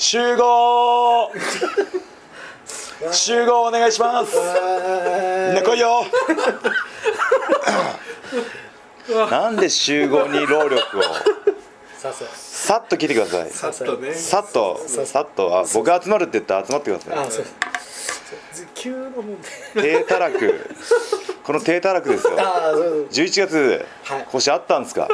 集合集合お願いしますね来いよなんで集合に労力をさすさっと来てくださいさっとねさっとさっとあ僕集まるって言ったら集まってくださあいそう急の問題低たらくこの低たらくですよああそう11月はい腰あったんですか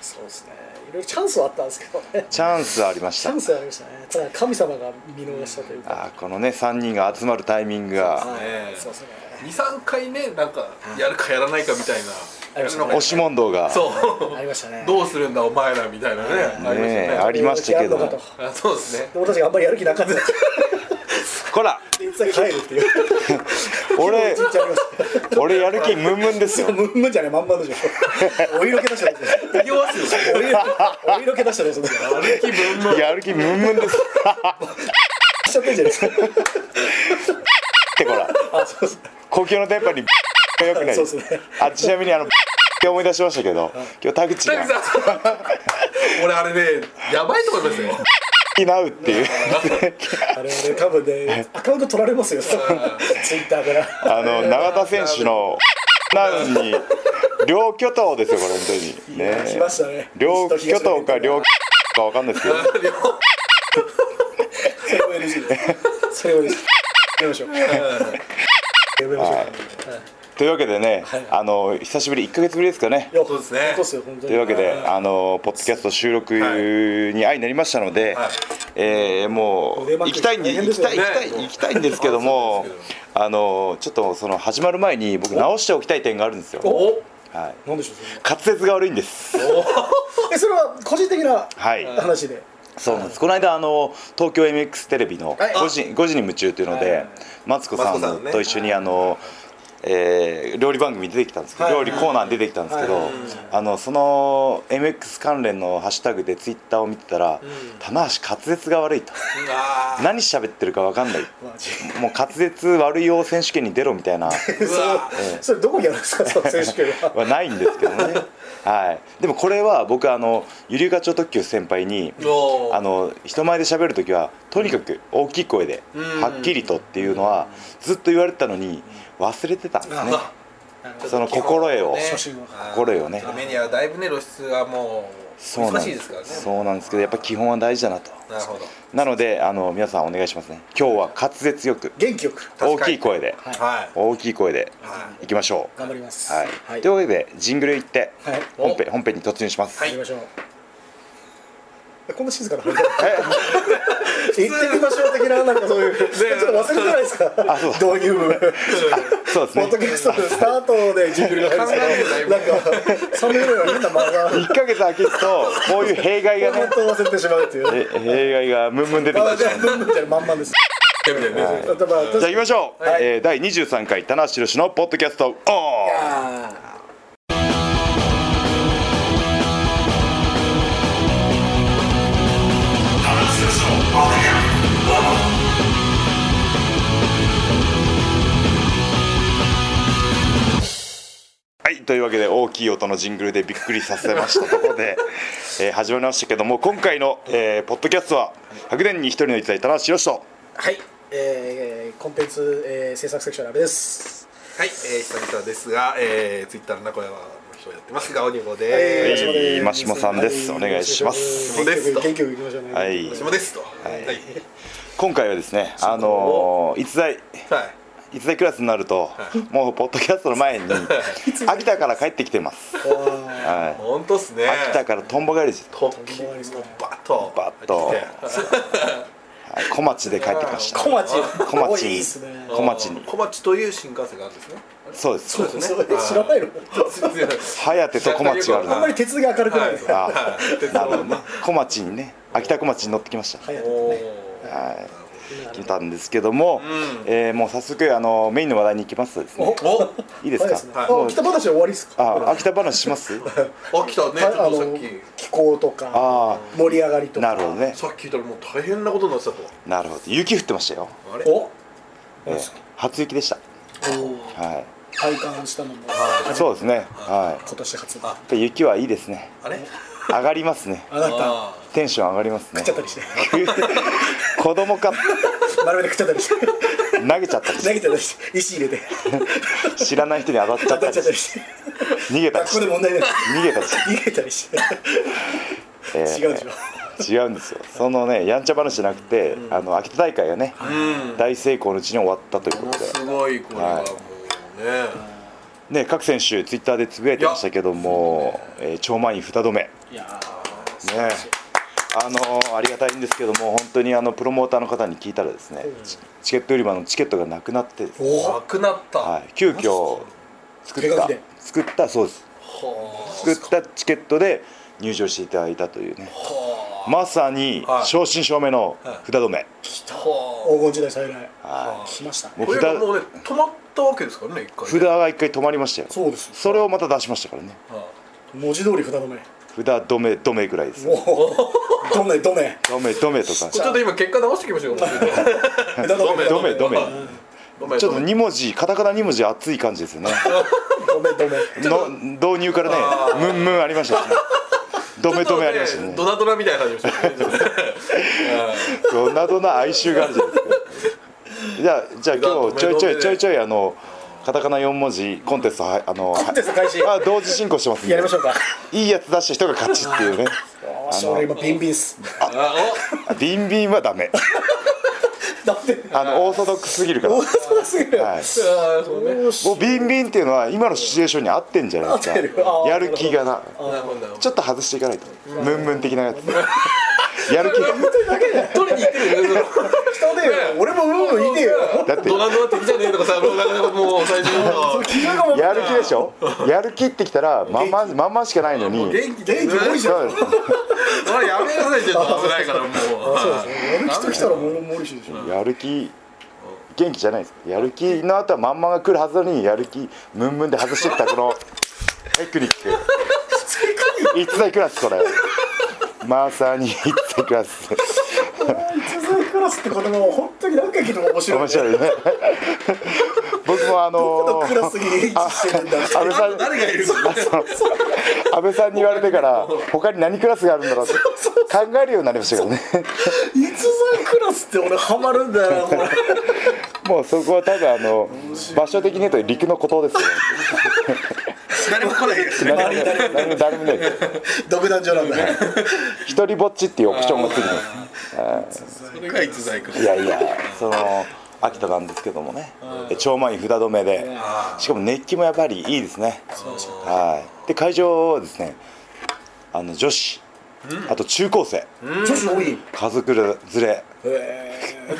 そうですねいろいろチャンスはあったんですけどねチャンスありましチャたンスはありましたねただ神様が見逃したというかあーこのね3人が集まるタイミングがはいそうですね23回ねなんかやるかやらないかみたいなありましたね押し問答がそう ありましたねどうするんだお前らみたいなねありましねえたあねりましたけどやるのかとあそうですねで俺たちがあんまりやる気なかったこらで一切帰るっていう俺言っちゃいまし俺やる気ムンムンですよたムンムンじゃねえまんまのじゃんお色気出したですね言わすよお色気お色気出したですねあれ気分のやる気ムンムンですっしちゃってんじゃないですかてこらあそうですね公共の電 波にが良くないそうですねあちなみにあのって思い出しましたけど今日田口タがクさん俺あれねやばいと思いますよ「なう」っていうあれはね多分ねアカウント取られますよツイッターか らあの永田選手のなうに両巨頭ですよこれ本当に来ねましたね両巨頭か両かわかんないですけどそれも NG ですそれも NG ですやめましょうやめましょうというわけでねあの久しぶり1か月ぶりですかねいやそうですねそうですよ本当にというわけで、はあのポッドキャスト収録に相なりましたので、はいえーもう腕ま行くりきたいんで大行変できすたよいね行きたい行きたいんですけどもそうです、あのちょっとその始まる前に僕直しておきたい点があるんですよ。おおはい。いなんでしょうそれは滑舌が悪いんです。えそれは個人的なはい話でそうなんです。この間あの東京 MX テレビのはい5時5時に夢中というのはでい、マツコさマツコさんんねと一緒にあの。えー料理番組に出てきたんですけど、は料い理コーナーに出てきたんですけど、はいあのその MX 関連のハッシュタグでツイッターを見てたら「棚橋滑舌が悪い」とあ「何喋ってるか分かんない」ま「あもう滑舌悪いよ選手権に出ろ」みたいなーうわそれどこにあるんですかその選手権ははないんですけどね、 はい、でもこれは僕あのゆりがちょ特急先輩にーおあの人前で喋る時はとにかく大きい声でうんはっきりとっていうのはずっと言われてたのに忘れてたんですねあその心得を初心は心得をねメニューはだいぶね露出がもうそうな難んしいでですからねすそうなんですけどやっぱ基本は大事だなとなるほどなのであの皆さんお願いしますね今日は滑舌よく元気よく大きい声ではいはい大きい声ではいきましょう頑張りますはい、はいというわけでジングル行ってはい本編本編に突入します、は行きいましょうえこんな静かな話行ってきましょう的ななんかそういうちょっと忘れてないですか導入部そうですポッねドキャストのスタートでジングルが入るんですけどなんかそれよりはみんな間が1ヶ月空けるとこういう弊害がね本当忘れてしまうっていうえ弊害がムンムン出てきてしまうブンブンじゃまんまんですみたいなねだか らまあじゃあ行きましょう、はいえー第23回棚橋宏のポッドキャストオンあはいというわけで大きい音のジングルでびっくりさせましたところで、 えー始まりましたけども今回の、えーポッドキャストは白年に一人の逸材棚橋宏とはいえーコンテンツえー制作セクションの阿部ですはい、えー、久々ですが、えー、ツイッターの名古屋の人をやってます、ガオニゴいでよろしくお願いします真島さんですお願いします元気よく元気よく行きましょうねはいす。下ですと。はい。はい。今回はですねあのー逸材逸材クラスになるともうポッドキャストの 前に秋田から帰ってきてます、わは本当っすね。い、秋田からとんぼ帰りですトッキーもバッと。バッとはい小町で帰ってきましーた小町小町おいいいっすね小町に小町という新幹線があるんですね。そうですそうですそねれ。知らないの颯と小町があるあんまり鉄が明るくないですはかあ鉄なる道ほどね小町にね秋田小町に乗ってきました早くおー来たんですけども、えーもう早速あのメインの話題に行きますとですねおいいですかねあ北話は終わりですかあ秋田話しますあ、来たね、ちょっあとさのっき。気候とかあ盛り上がりあとかなるほどねさっき聞いたらもう大変なことになってたと。なるほど雪降ってましたよ、あれおえー初雪でしたは体感したのもいそうですねはいや今年初っぱ雪はいいですねあれ上がりますねあなたあテンション上がりますね食っちゃったりして子供か丸めて食っちゃったりして投げちゃったり投げちゃったりして石入れて知らない人に当たっちゃっ当たたっちゃりっしたりして逃げたり学校しでて問題になる逃げたりし逃げたりしてて、えー違うでしょ違うんですよそのねやんちゃ話じゃなくて、あの秋田大会がね、大成功のうちに終わったというものことですごいこれはもうね、ね各選手ツイッターでつぶやいてましたけども、えー超満員札止めいやねあのーありがたいんですけども本当にあのプロモーターの方に聞いたらですね、チチケット売り場のチケットがなくなってですね、なくなった、はい、急遽作っ手書たきで作ったそうですは作ったチケットで入場していただいたというねまさにはい正真正銘の札止め、あは黄金時代再来は来ましたねい、もあこうれ札がもうね止まったわけですからね一回札が一回止まりましたよそうですよそれをまた出しましたからねは文字通り札止め札止め止めぐらいですよもうどめど め止め止めとかいちょっと今結果直してきましょうか札止め止め止めごめんちょっと2文字カタカナ2文字熱い感じですよねどめどめの導入からねムンムンありましたしね止め止めありましたちょっねとドナドナみたいな感じがしましたねどんなどんな哀愁があるじゃないですかじゃあじゃあ今日ちょいちょいちょいちょいあのカタカナ4文字コンテストはあのコンテスト開始あ同時進行してますんでやりましょうかいいやつ出した人が勝ちっていうねあー俺今ビンビンっすああ ビンビンはダメだってあのオーソドックスすぎるから大阪すぎるはいおあーそうねもうビンビンっていうのは今のシチュエーションに合ってんじゃないです合ってるあかーやる気がななるほどなるほどちょっと外していかないとムンムン的なやつやる気取りに行ってるよね人で俺もうんうんいねえよだってドナドナ敵じゃねえとかさもうなんかもう最初の気が もやる気でしょやる気ってきたらまんままんましかないのに元気元気多いじゃんそうですあれやめなさいちょっと危ないからもうそうですねやる気ときたらもうモリシーでしょやる気元気じゃないですやる気の後はまんまが来るはずなのにやる気ムンムンで外してったこのテクニック一大クラスこれまさに一大クラス一材クラスってこれもう本当に何回聞いても面白い面白いね僕もあのクラスに位置してるんだ安倍さん誰がいるの安倍さんに言われてから他に何クラスがあるんだろうって考えるようになりましたけどね一材クラスって俺ハマるんだ よなこれもうそこはただあの場所的に言うと陸の孤島ですよ誰も来ないですね誰も誰も誰もね独壇場なんだ一人ぼっちっていうオプションもついてますそれが逸材くんいやいや、その秋田なんですけどもね、超満員札止めで、しかも熱気もやっぱりいいですね。はい。で会場はですね、あの女子、あと中高生、女子多い家族連れ、えー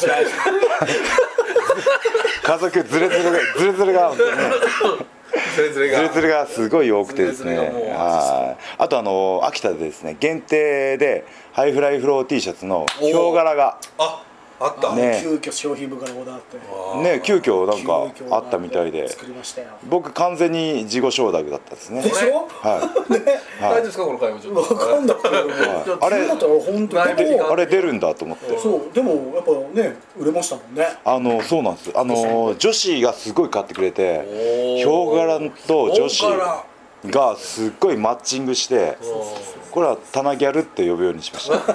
つらい 家族連れ連れがずれずれが本当にねそれぞれずれがずれがすごい多くてですねズレズレがもうはいあとあの秋田でですね限定でハイフライフロー T シャツのヒョウ柄がああったね急遽商品部からオーダーあってね急遽なん急か遽あったみたいで作りましたよ僕完全に自己承諾だったですねでしょはい大丈夫ですかこの会話ちょっ分かんなくていあれだったら本当に内部でにあもれ出るんだと思ってそうでもやっぱね売れましたもんねあのそうなんですあの女子がすごい買ってくれてヒョウ柄と女子ヒョウ柄がすっごいマッチングしてこれは棚ギャルって呼ぶようにしました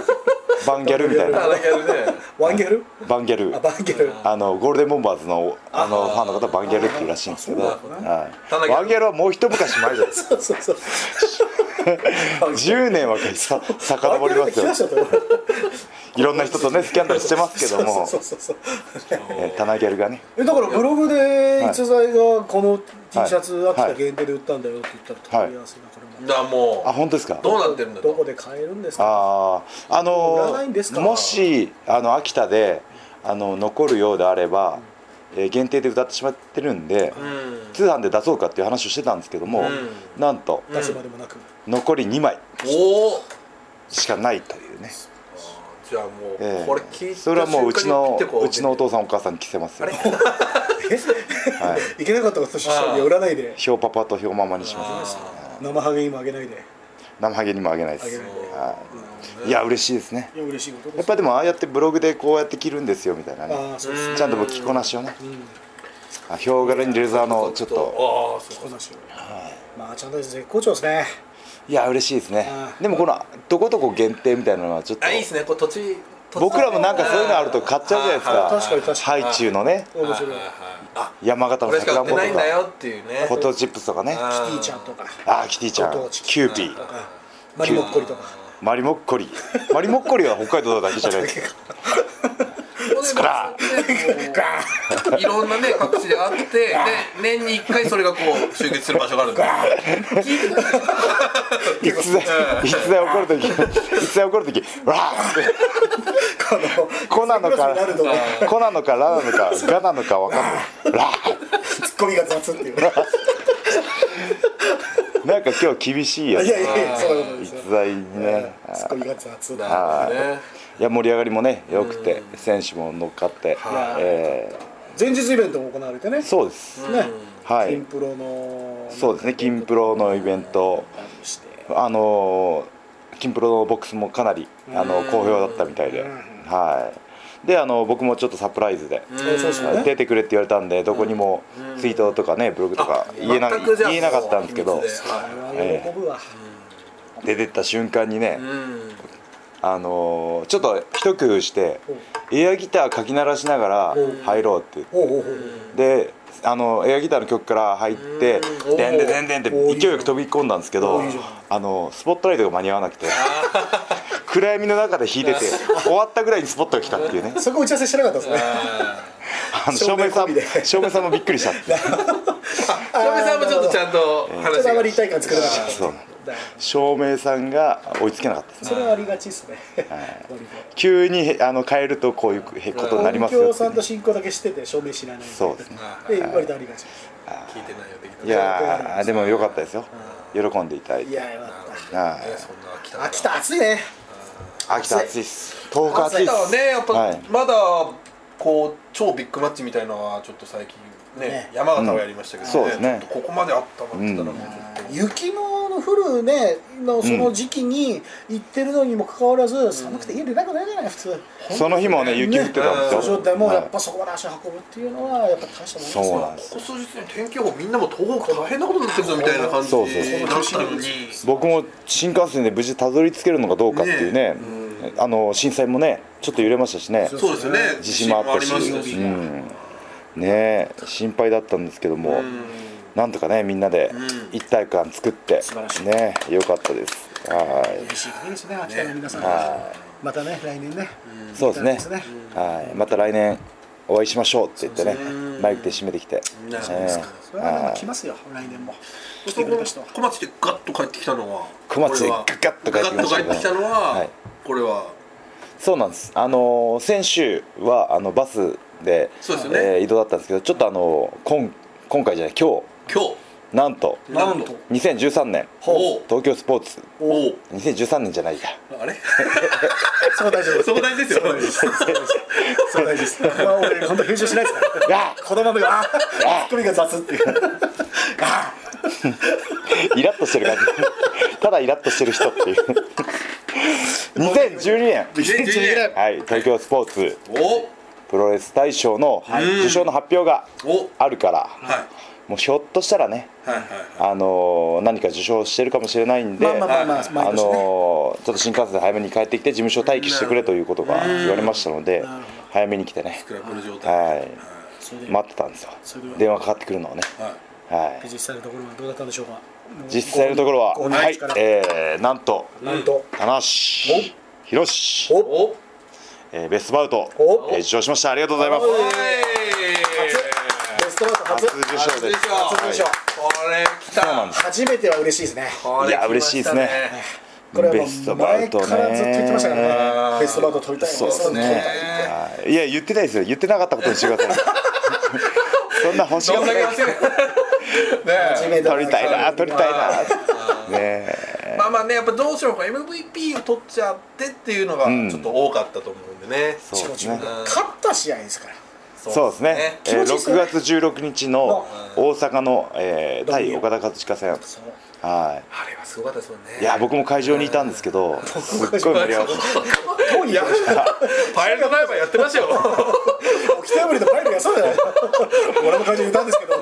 バンギャルみたいあなだけどねワンギャルバンギャあルバンギャルあのゴールデンボンバーズのあのファンの方はバンギャルっていうらしいんですけ ど、あそうなんだは棚い、ギャルバンギャルはもう一昔前じゃないですそうそう そうか10年はさワン遡ギりャルまってす聞きよ出しちゃったよいろんな人とねスキャンダルしてますけども そうそうそうそうえー棚ギャルがねえだからブログで逸材がこの T シャツはい秋田限定で売ったんだよって言ったら問い合わせがこれも、だもあ本当ですかうどうなってるんだどとこで買えるんですかあああ売らないんのですかもしあの秋田であの残るようであれば、えー限定で歌ってしまってるんで、うん通販で出そうかっていう話をしてたんですけども、んなんと、出すまでもなく、残り2枚おおしかないというね、じゃあもうえーこれ聞いたそれはもううち瞬間にのピッてこうちのお父さんお母さんに着せますよはい いけなかったらそしたらいや売らないでひょうパパとひょうママにしあます生ハゲにもあげないで生ハゲにもあげないであげすないではいいや嬉しいですねいや嬉しいことでやっすぱでもああやってブログでこうやって着るんですよみたいなねああそうですちゃんともう着こなしをね、あヒョウ柄にレザーのちょっあとあそうこなしをまあちゃんと絶好調ですねいや嬉しいですねうでもこのどこどこ限定みたいなのはちょっとあいいですねこう土地土地僕らもなんかそういうのあると買っちゃうじゃないですかあー確かに確かハイチュウのね面白いはいはいあ山形このれしか桜売んぼとってないんだかよっていうねポテトチップスとかねあキティちゃんとかあーキティちゃんご当地キューピーマリモッコリとかマリモッコリマリモッコリは北海道だけじゃないです 結かかららいろんなね各地であって で年に1回それがこう集結する場所があるんで逸材逸材怒るとき逸材怒るときわーって構コナンのかなるとツコナンのかラなのかガなのかわかんないわーッコミが雑っていういなんか今日厳しいよ やねいやいやそんなことです逸よ材にねツッコミが雑だなるほどねいや盛り上がりもね良くて選手も乗っかって、え前日イベントも行われてねーそうです、ねは金いプロのそうですね金プロのイベントしてあのー金プロのボックスもかなりあの好評だったみたいで、はいであの僕もちょっとサプライズで、そうですね出てくれって言われたんでどこにもツイートとかねブログとか言えな全くじゃあ言えなかったんですけもどう秘密であはれは喜ぶわ出てった瞬間にね、いうんあのーちょっと一工夫してエアギターかき鳴らしながら入ろうっておうおうおうおうであのエアギターの曲から入ってう「んでんでんでんでん」っておー勢いよく飛び込んだんですけどいいじゃんあのスポットライトが間に合わなくて暗闇の中で弾いてて終わったぐらいにスポットが来たっていうねそこ打ち合わせしてなかったですねあの照明さ照明込んみで照明さんもびっくりしたって翔平さんもちょっとちゃんと話ちょっとあまり一が体感作れなかったそうだよ照明さんが追いつけなかったですそれはありがちですね割と急にあの変えるとこういうことになりますよっ音響ていさうんと進行だけしてて照明知らないそうですねで割とありがち聞いてないよできたいやーでも良かったですよ喜んでいただいいてやよかっはいねそんな来たた秋田暑いね秋田暑いっす東北暑い秋っ田はすねやっぱ、はいまだこう超ビッグマッチみたいなのはちょっと最近ねね山形はやりましたけど、うんそうですねちょっとここまであったまってたらもうちょっ雪の降るねのその時期に行ってるのにもかかわらず寒くて家出なくないじゃない普通その日もね雪降ってたんですそよの状態もはいやっぱそこまで足を運ぶっていうのはやっぱ大したもんですよそうなんですとここ数日に天気予報みんなも東北大変なことになってるぞみたいな感じそうそうになったのに僕も新幹線で無事たどり着けるのかどうかっていうねあの震災もねちょっと揺れましたしねそうですよね地震もあったし地震もありましたしうんねえ心配だったんですけどもなんとかねみんなで一体感作って素晴らしいねよかったですは嬉しい限りですね秋田の皆さんまたね来年ねいそうで行きすたいねですねはいまた来年お会いしましょうって言ってねマイクで締めてきてなるほどねそれはでも来ますよ来年も来てくれた人は小松でガッと帰ってきたのは小松でこれはガッと帰ってきましたガッと帰ってきたのは、はいこれはそうなんです。あの先週はあのバスでそうですよねえー移動だったんですけど、ちょっとあの今今回じゃない今今日なんと日なんと2013年ほう東京スポーツおう2013年じゃないや。あれ そこ大丈夫そこ大事ですよそうです。そう大事です。ここは俺本当編集しないですから。あこのままであー、ツッコミが雑っていう。あイラッとしてる感じ。 ただイラッとしてる人っ ていう。2012年2012はい東京スポーツ年おプロレス大賞の受賞の発表がおあるから、はいもうひょっとしたらね、はいはいあの何か受賞してるかもしれないんで。まあまあまあまあ、あ毎のー年ね。ちょっと新幹線で早めに帰ってきて事務所待機してくれということが言われましたのでなるほど早めに来てねスクラップの状態はそれいで待ってたんですよそれで電話かかってくるのをねはいはい実際のところはどうだったんでしょうか。実際のところはごはいごごえーなんとなんと。棚橋広志おおえーベストバウトおえー受賞しましたありがとうございますおいベストバウト初初受賞です初優勝これ来たそうなんです初めては嬉しいですね。いや嬉しいですねこれはもベうストバ前ウトからずっと言ってましたねからね。ベストバウト取りたい。そうですねベストバウト取りたいはいいや言ってないですよ言ってなかったことにしてくだ さいそんな欲しがどっんてだないけやってる初ねめて取りたいな取りたいなねええまあまあねやっぱどうしてもこう MVP を取っちゃってっていうのがうんちょっと多かったと思うんでねそうですね勝った試合ですから。そうですね。え気持ーちいいっすよ6ね月16日の大阪の、えー、対岡田和親戦。そうはあれはすごかったですもんねい。いや僕も会場にいたんですけど、すっごい盛り上がってどういうパイルドライバーやってましたよ北破りのパイルやそうだよ俺も会場にいたんですけど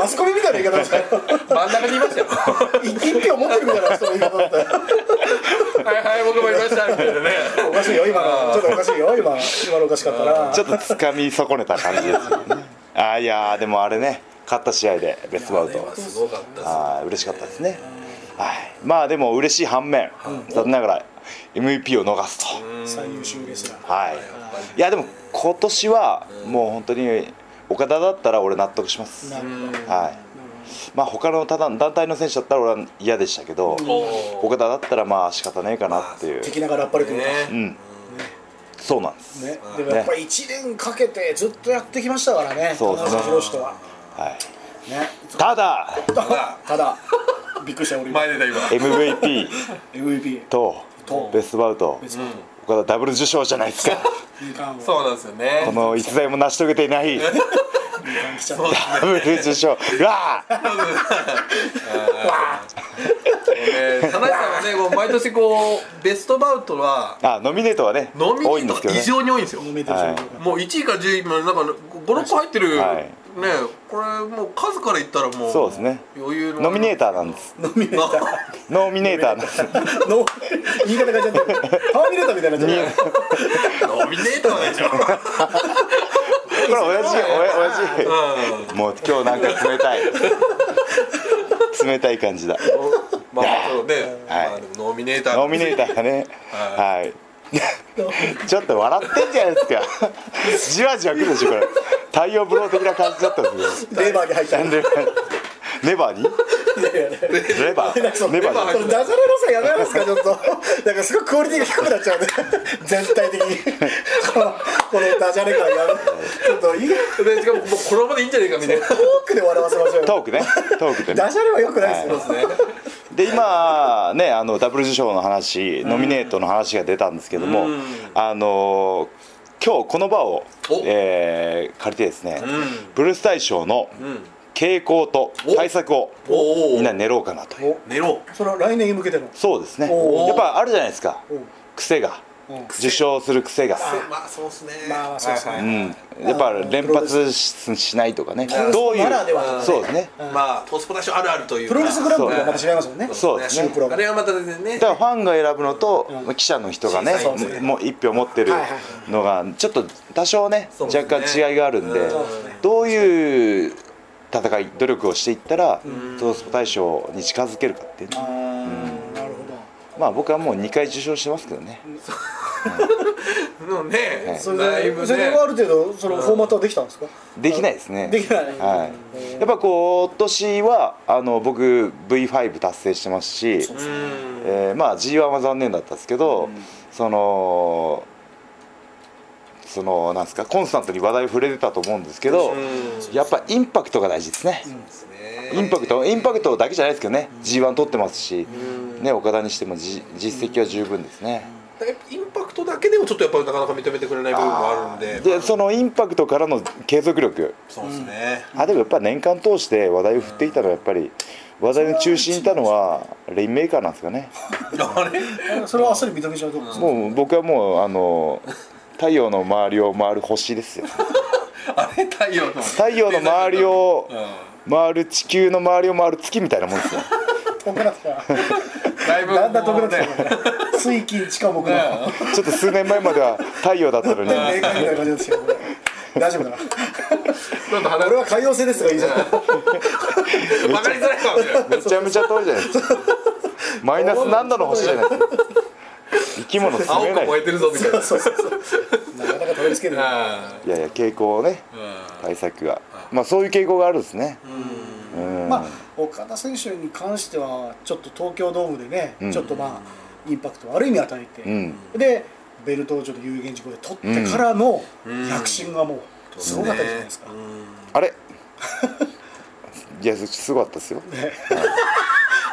マスコミみたいな言い方だったよ真ん中にいま したよは一票持ってるみたいな人の言い方だったよいはい僕もいましたみたいなねおかしいよ今のちょっとおかしいよ今今のおかしかったなちょっと掴み損ねた感じですよ ねあーいやーでもあれね勝った試合でベストバウあれトはすごかったですあー嬉しかったですね、はい、まあでも嬉しい反面残念ながら MVP を逃すと、最優秀レスラーはい、いやでも今年はもう本当に岡田だったら俺納得します、なるほどはいまあ他のただ団体の選手だったら俺は嫌でしたけどお岡田だったらまあ仕方ねえかなっていう、敵ながらあっぱれ君だうねん、そうなんです、ね、でもやっぱり1年かけてずっとやってきましたからね、そうです田ね中宏とは。はい、ね、ただただ、びっくりしたよ俺、前出た今 MVP MVP、ととベストバウト別に、岡田ダブル受賞じゃないですか二冠を、そうなんですよねこの逸材も成し遂げていない二冠来ちゃっそうですねダブル受賞うわあえー田中さんはねこう毎年こうベストバウトはあノミネートはねノミネ多いんーでトすけどがね異常に多いんですよた、飲めてる状況がもう1位から10位までなんか56個入ってる、はいねこれもう数から言ったらもうそうですね余裕のノミネータターなんです飲みれた、ノミネーターなんですの言い方がちゃってる、パワーミレーターみたいになっちゃってるー ノミネーターでしょこれ親父親父もう今日なんか冷たい冷たい感じだまあそうね、まあ、でもノミネーターノミネーターがねはいちょっと笑ってんじゃないですかじわじわくるでしょこれ太陽ブロー的な感じだったんですレバーに入ったけどレバーレバーにレバそーうレバーそのダジャレのさやめないですかちょっとなんかすごいクオリティが低くなっちゃうね全体的にこのこのダジャレ感やめちょっといいトーでしかももうこのままでいいんじゃないかみたいなクで笑わせましょうよトークねトークでねダジャレはよくないですよ、そうですねで今ねあのダブル受賞の話ノミネートの話が出たんですけども、あの今日この場をお、えー借りてですね、ブルース大賞の傾向と対策をおおみんな練ろうかなというお寝ろその来年に向けてのそうですねおーやっぱあるじゃないですかうん癖がうん受賞する癖が。まあそうですねまあそうですねうん、やっぱ連発ししないとかねロレスどういうならではそうですねまあトスポダッシュあるあるというプロレスグランプリとはまた違いますもんねそうですねシンクロあれはまた全然ねだからファンが選ぶのと、うん記者の人がねそうですねもう一票持ってるのがちょっと多少ねそうですね若干違いがあるんでうんどういう戦い努力をしていったらトースポ大賞に近づけるかっていうねあーなるほまあ僕はもう2回受賞してますけどねのねどそだれいで、ぶそれねである程度そのフォーマットはできたんですかできないですねできないはい、やっぱこう今年はあの僕 V5 達成してますしううんえーまあ G1 は残念だったんですけど、そのそのなんですかコンスタントに話題を触れてたと思うんですけど、やっぱインパクトが大事ですね、インパクトインパクトだけじゃないですけどね、G1 取ってますし、ね岡田にしてもじ実績は十分ですね、インパクトだけでもちょっとやっぱりなかなか認めてくれない部分もあるんででそのインパクトからの継続力そうですねあでもやっぱ年間通して話題を振っていたのはやっぱり話題の中心にいたのはレインメーカーなんですかねあれ それはあっさり認めちゃうと思うんですよもう僕はもうあの太陽の周りを回る星ですよあれ太陽の太陽の周りを回る地球の周りを回る月みたいなもんですよ 遠くなってきただいぶだんだん遠くなってねきた 水金地下木のちょっと数年前までは太陽だったのに明快みたいな感じですけど大丈夫だなちょっと離俺れは海洋性ですがいいじゃん分かりづらいかもしれないめちゃめちゃ遠いじゃないですかマイナス何度の星じゃないですか生き物住青めくな燃えいてるぞみたいなそうそうそうなかなかたどり着けないあいやいや傾向をね対策がまあそういう傾向があるんですねうんまあ岡田選手に関してはちょっと東京ドームでね、うんちょっとまあインパクトをある意味与えて、うんでベルトをちょっと有言実行で取ってからの躍進がもうすごかったじゃないですか、あれいやすごかったですよ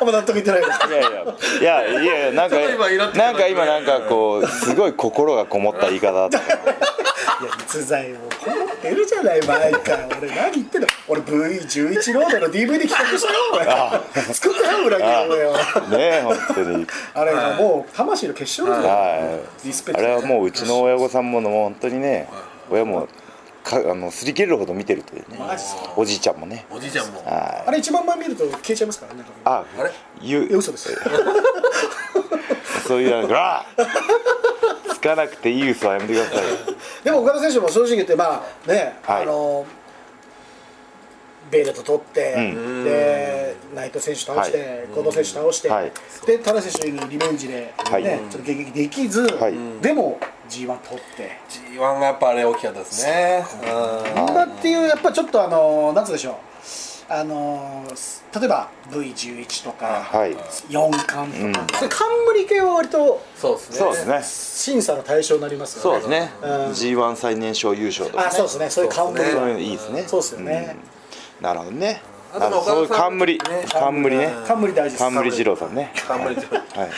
あんま納得いってないですいやいやいやいやなんかちょっと今イラっときたなんか今なんかこうすごい心がこもった言い方だったいや逸材をこもってるじゃない毎回俺何言ってんの俺 V11 ロードの DVD 企画したよ俺作ったよ裏切り俺はねえ本当にあれはもう魂の結晶ですよはリスいペあクトれはもううちの親御さんものも本当にね親もかあの擦り切れるほど見てるというねマジっすかおじいちゃんもねおじいちゃんもはいあれ一番前見ると消えちゃいますからねなんかああれゆいや 嘘ですそういうなんかうわーつかなくていい嘘はやめてくださいでも岡田選手も正直言ってまあね、はいあのベルト取って、うで内藤選手倒して、は近藤選手倒して、はいで田中選手にリベンジで、ねはいちょっと激撃できず、はいでも G1 取って。 G1 がやっぱあれ大きかったですねうん現場っていうやっぱちょっとあのなんつうでしょうあのす例えば V11 とか、はい四冠とか、で冠系は割とそうですねそうですね審査の対象になりますそうよでねすねうん G1 最年少優勝とかあねそうですねそういう冠そうですねそうはいうのいいですねそうですよねうんなるほどねあなでるもほどそういう岡田さん冠ね冠ね冠大事です冠二郎さんね冠二郎はいはい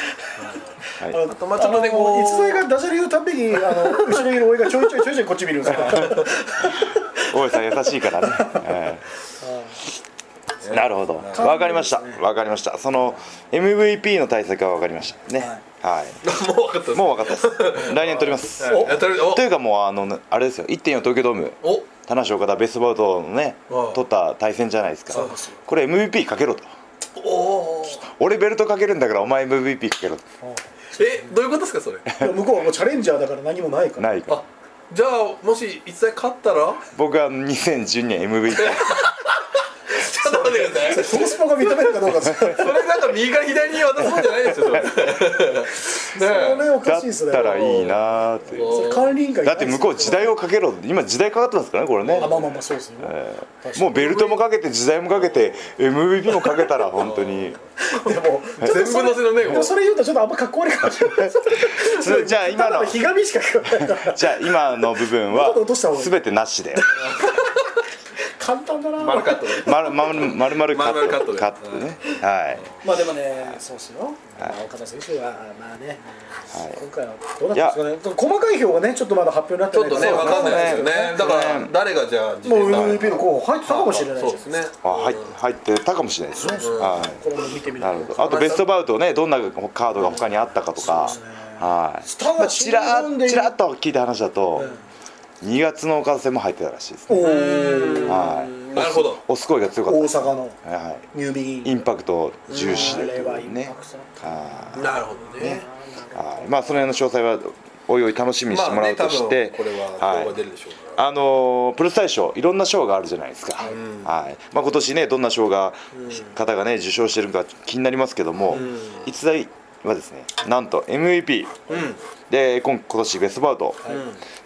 あはいのとまあちょっとねあのこう逸材がダジャレ言うたんびにあの後ろにいる俺がちょいちょいちょいちょいこっち見る んですから大江さん優しいからねはいなるほどわかりましたわかりましたその MVP の対策はわかりましたねはい もう分かったもう分かったです来年取りますうやったるおというかもうあのあれですよ1.4東京ドームお田中岡田ベストバウトのねうん取った対戦じゃないですかそうですこれ MVP かけろとおお俺ベルトかけるんだからお前 MVP かけろとえどういうことですかそれ向こうはもうチャレンジャーだから何もないからないからあじゃあもし逸材勝ったら僕は2012年 MVP ちょっと待ってくださいトースポが認めるか どうかそれそれなんか右から左に渡すもんじゃないですよそれねえねおかだしいですっねたらいいなーっていうそれ管理委員会だって向こう時代をかけろ今時代かかってますからねこれねあまあまあまあそうですよね、もうベルトもかけて時代もかけて MVP もかけたら本当にで も全部乗せのねでもそれ言うとちょっとあんまかっこ悪いかもしれないですそれじゃあ今ただののひがみしか聞こえないからじゃあ今の部分ちょはっと落とした方がいい全てなしで簡単だな丸カットで丸丸丸々カ丸々カットットでカットねはいまあでもねそうっすよ、まあ岡田選手はまあね、今回はどうなったんですかね細かい票がねちょっとまだ発表になってちょないっとね分かんないですよねだから誰がじゃあもう自転車 MVP の候補入ってたかもしれないしそうですねあ入って入ってたかもしれないですねはいこれも見てみるなるほど。あとベストバウトね、どんなカードが他にあったかとか、はい。スターまあシちーズンらでっちらっと聞いた話だと、2月の岡田戦も入ってたらしいですね。おーはい。なるほどおすこいが強かった大です。阪のはいはニュービギンい。インパクト重視あでれはインねパ。クトだったはなるほどねい。はい。まあその辺の詳細はおいおい楽しみにしてもまあらねう多と分こしれて、は動画出るでしょうからあのープロレス大賞いろんな賞があるじゃないですか、はいまあ、今年ねどんな賞が、方がね受賞してるか気になりますけども、逸材はですねなんと MVP、で今今年ベストバウト、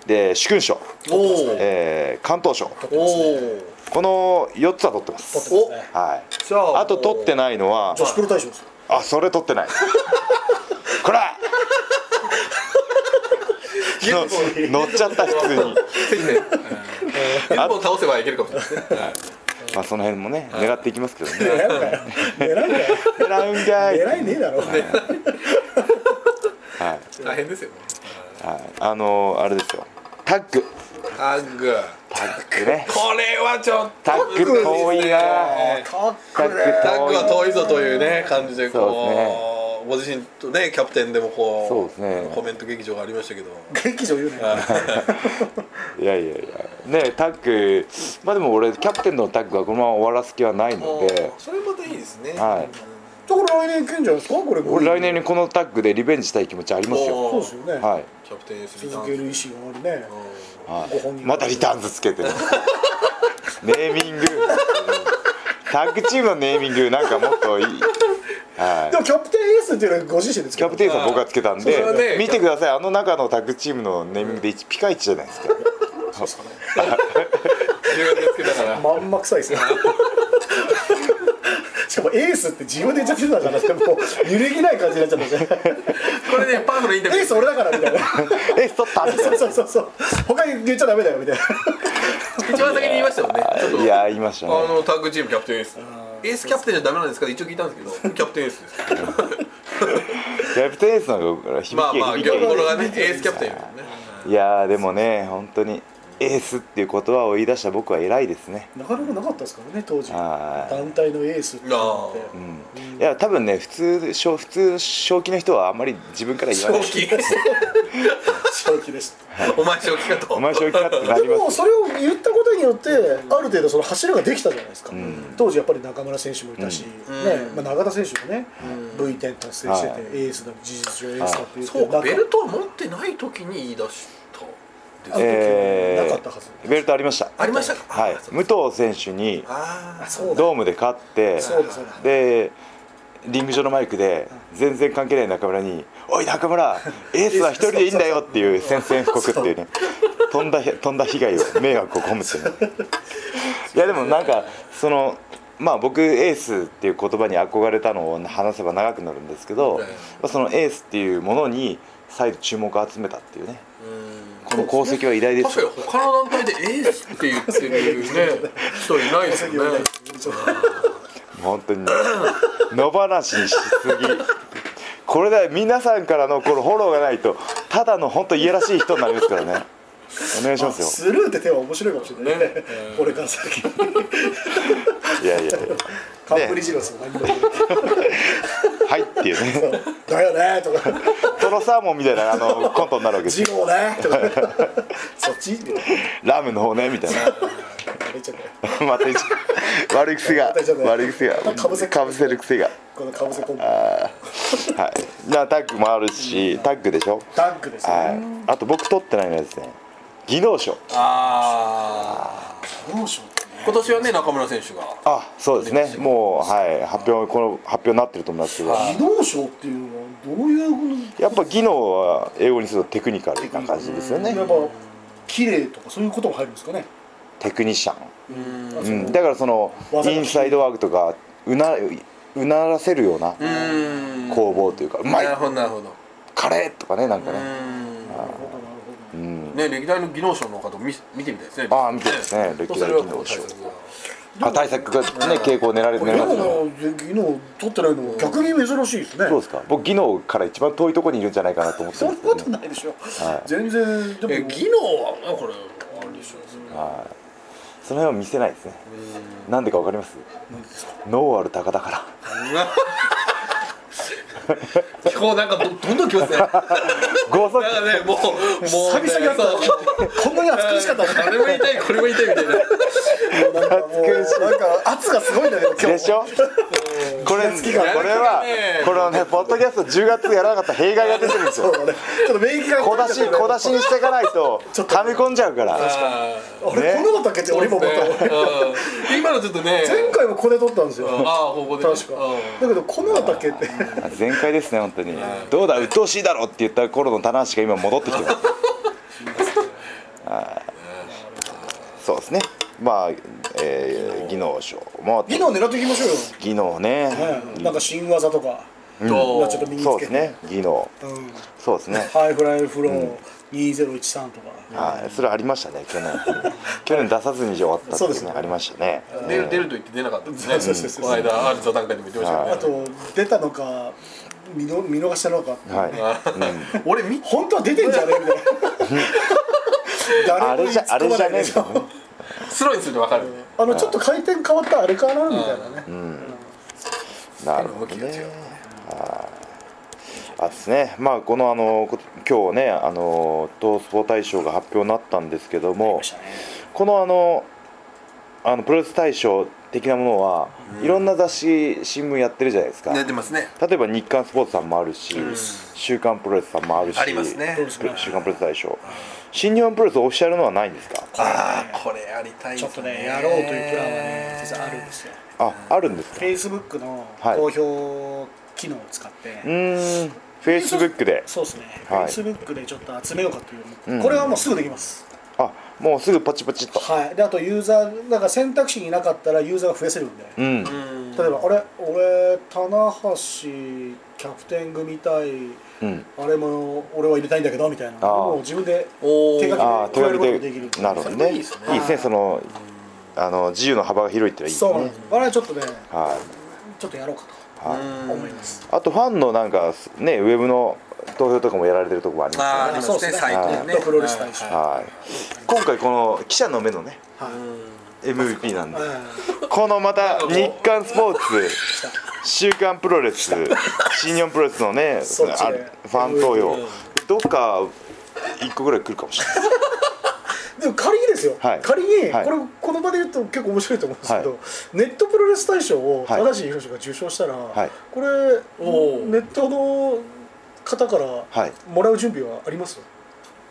で主勲賞、おーえー、関東賞おこの4つは取ってます、おはい、じゃああと取ってないのは女子プロ大賞ですよあそれ取ってないこらの乗っちゃった普 通に。一本倒せばいけるかもしれないですねまあその辺もね狙っていきますけどね。狙うんかよ狙うんかよ狙うんかい。狙いねえだろはい。大変ですよねはい。あのー、あれですよ。タッグ。タッグタッグね。これはちょっとタッグ遠いな。タッタッタッグはグ遠い。遠いぞというね感じでこうそうですねご自身とねキャプテンでもこうそうですねコメント劇場がありましたけど劇場言うねいやいやいや。ねタッグ。まあでも俺キャプテンのタッグはこのまま終わらす気はないので。それまたいいですねはい。だから来年いけんじゃないですかこれ俺来年にこのタッグでリベンジしたい気持ちありますよ。そうですよね、はい。キャプテン S リタ続ーンける意思があるねご本人またリターンズつけてるネーミングタッグチームのネーミングなんかもっといい、ではもキャプテンエースっていうのはご自身ですい、キけャどプテンさん僕がつけたんそでれはね見てくださいあの中のタッグチームのネーミングで一ピカイチじゃない ですか自分でつけたからまんま臭いですね しかもエースって自分で言っちゃってたからってもう揺るぎない感じになっちゃったじゃんこれねパーフのインタビュエーース俺だからみたいな え取ったみたいそうそうそうそう他に言っちゃダメだよみたいな一番先に言いましたよねちょっとないや言いましたあねのタッグチームキャプテンエースエースキャプテンじゃダメなんですか一応聞いたんで すけどキャプテンエースですキャプテンさんが響きまあまあ響きこれがねエースキャプテンですねいやーでもね本当にエースっていう言葉を言い出した僕は偉いですねなかなかなかったですからね当時はい団体のエースって言っていあや多分ね普通しょ普通正気の人はあんまり自分から言わない正気正気でしたお前正気かとお前正気かってなでりまもすそれを言ったことによってある程度その柱ができたじゃないですか、当時やっぱり中村選手もいたし、んねまあ、中田選手もね、V10 達成しはいてて、エースだ事実上エースだって言ってそうかなかベルトは持ってない時に言い出したですえーなかったはずベルトありましたありましたかはいあそう武藤選手にあああそうだドームで勝ってそうだそうだでリング上のマイクで全然関係ない中村に「おい中 村エースは一人でいいんだよ」っていう宣戦布告っていうね飛んだ飛んだ被害を迷惑を被ってねいやでもなんかそのまあ僕エースっていう言葉に憧れたのを話せば長くなるんですけどはいまあそのエースっていうものに再度注目を集めたっていうねうんこの功績は偉大で確すかによ他の団体でエースって言ってるね人いないですよね本当にね野放しにしすぎこれだ皆さんからのこのフォローがないとただの本当いやらしい人になりますからねお願いしますよスルーって手は面白いかもしれないねね うんこれから先いやいやカップリジロスも何も言ってはいっていうねないだよねとかトロサーモンみたいなあのコントになるわけですジよローねとか そっちみたいなラムの方ねみたいな言っちゃったまた一悪い癖がまた一緒だよ悪い癖がかぶせかぶせる癖がこのかぶせコンボあーはいなタッグもあるしタッグでしょダンクですねはいあと僕取ってないのはですね技能賞ああ猛暑ってね今年はね中村選手があそうですねもうはい発表この発表になってると思いますけど技能賞っていうのはどういうやっぱ技能は英語にするとテクニカルな感じですよねやっぱ綺麗とかそういうことも入るんですかねテクニシャン、あうそん、のだからその技がインサイドワークとかうなうならせるようなうん攻防というかうまないるほどなるほどカレーとかねなんかうねんなるほどなるほどね歴代の技能賞の方見見てみたいですねああ見てみたいですね歴代技能賞あ対策がね傾向を練られてで練られてるも昨日取ってないのも逆に珍しいですねそうですか僕技能から一番遠いところにいるんじゃないかなと思ってそるんんなですこけとど、ね、ないでしょはい全然でえも技能はねこれあれでしょうねはいその辺は見せないですねなんでかわかりますノーアル高だから今日なんかどどんどん来ますねなんかごそっねもうもうね久々に会ったそう こんなに暑苦しかったあれも言いたいこれも言いたいみたいななんかもうなんか圧がすごいんだけど今日でしょこれこれ気がつきがはねこのねポッドキャスト10月やらなかった弊害が出てるんですそう よだねちょっと免疫が小出し小出しにしていかないとちょっと噛み込んじゃうからああれねこんなのだっけって俺も思ったーうん今のちょっとね前回もこれ取ったんですよああここで確かだけどこのだったっけって全開ですね本当にどうだ鬱陶しいだろって言った頃の棚橋が今戻ってきてますあーそうですねまあ、えー技能賞も技能狙っていきましょうよ技能ねねなんか新技とか、うんとまあちょっと身にそつうでけてす、ね技能うんそうですねハイフライフロー2013とか、はいそれありましたね 去年去年出さずに終わったってそういでうすねねありましたね出る出ると言って出なかったですねそうそうそうそうこの間ある座談会でも言ってましたあよねと出たのか見の見逃したのか、はいあー俺見本当は出てんじゃねえみたい なあれじゃあれじゃねえみたいなねスローにすると分かるねあのちょっと回転変わったあれかなみたいなね、なるほどね。あですね、まあこのあのこ今日ねあの東スポ大賞が発表になったんですけども、このあのあのプロレス大賞的なものは、いろんな雑誌新聞やってるじゃないですか。寝てますね例えば日刊スポーツさんもあるし、週刊プロレスさんもあるし、ありますねプロ週刊プロレス大賞、新日本プロレスオフィシャルのはないんですか？ああこれやりたいちょっとねやろうというプランはね実はあるんですよあ、あるんですか？う Facebook のはい投票機能を使って、ーん、フェイスブックで、そうですね、はい Facebook でちょっと集めようかという、んこれはもうすぐできますあ、もうすぐポチポチっと、はい、であとユーザーなんか選択肢になかったらユーザーが増やせるんで、うん、例えばあれ俺棚橋キャプテン組対うん。あれも俺は入れたいんだけどみたいなあーもう自分でおー手書きでああ手加え軽ることでができるなるほどねそれいいいいでですすねねそのあの自由の幅が広いってのはいいですそうなんねですあれはちょっとねはちょっとやろうかい、はい、と思いますあとファンのなんかねウェブの投票とかもやられてるとこもありまあまありますそうねですね最近ネねットフロリスタすよね、はい、今回この記者の目のねはい MVP なんでうこのまた日刊スポーツ週刊プロレス新日本プロレスのねそっちあねファン投票どっか一個ぐらい来るかもしれないんでも仮にですよ、はい仮に、はいこれこの場で言うと結構面白いと思うんですけど、はいネットプロレス大賞をはい正しい博士が受賞したら、いこれおーネットの方からはいもらう準備はあります、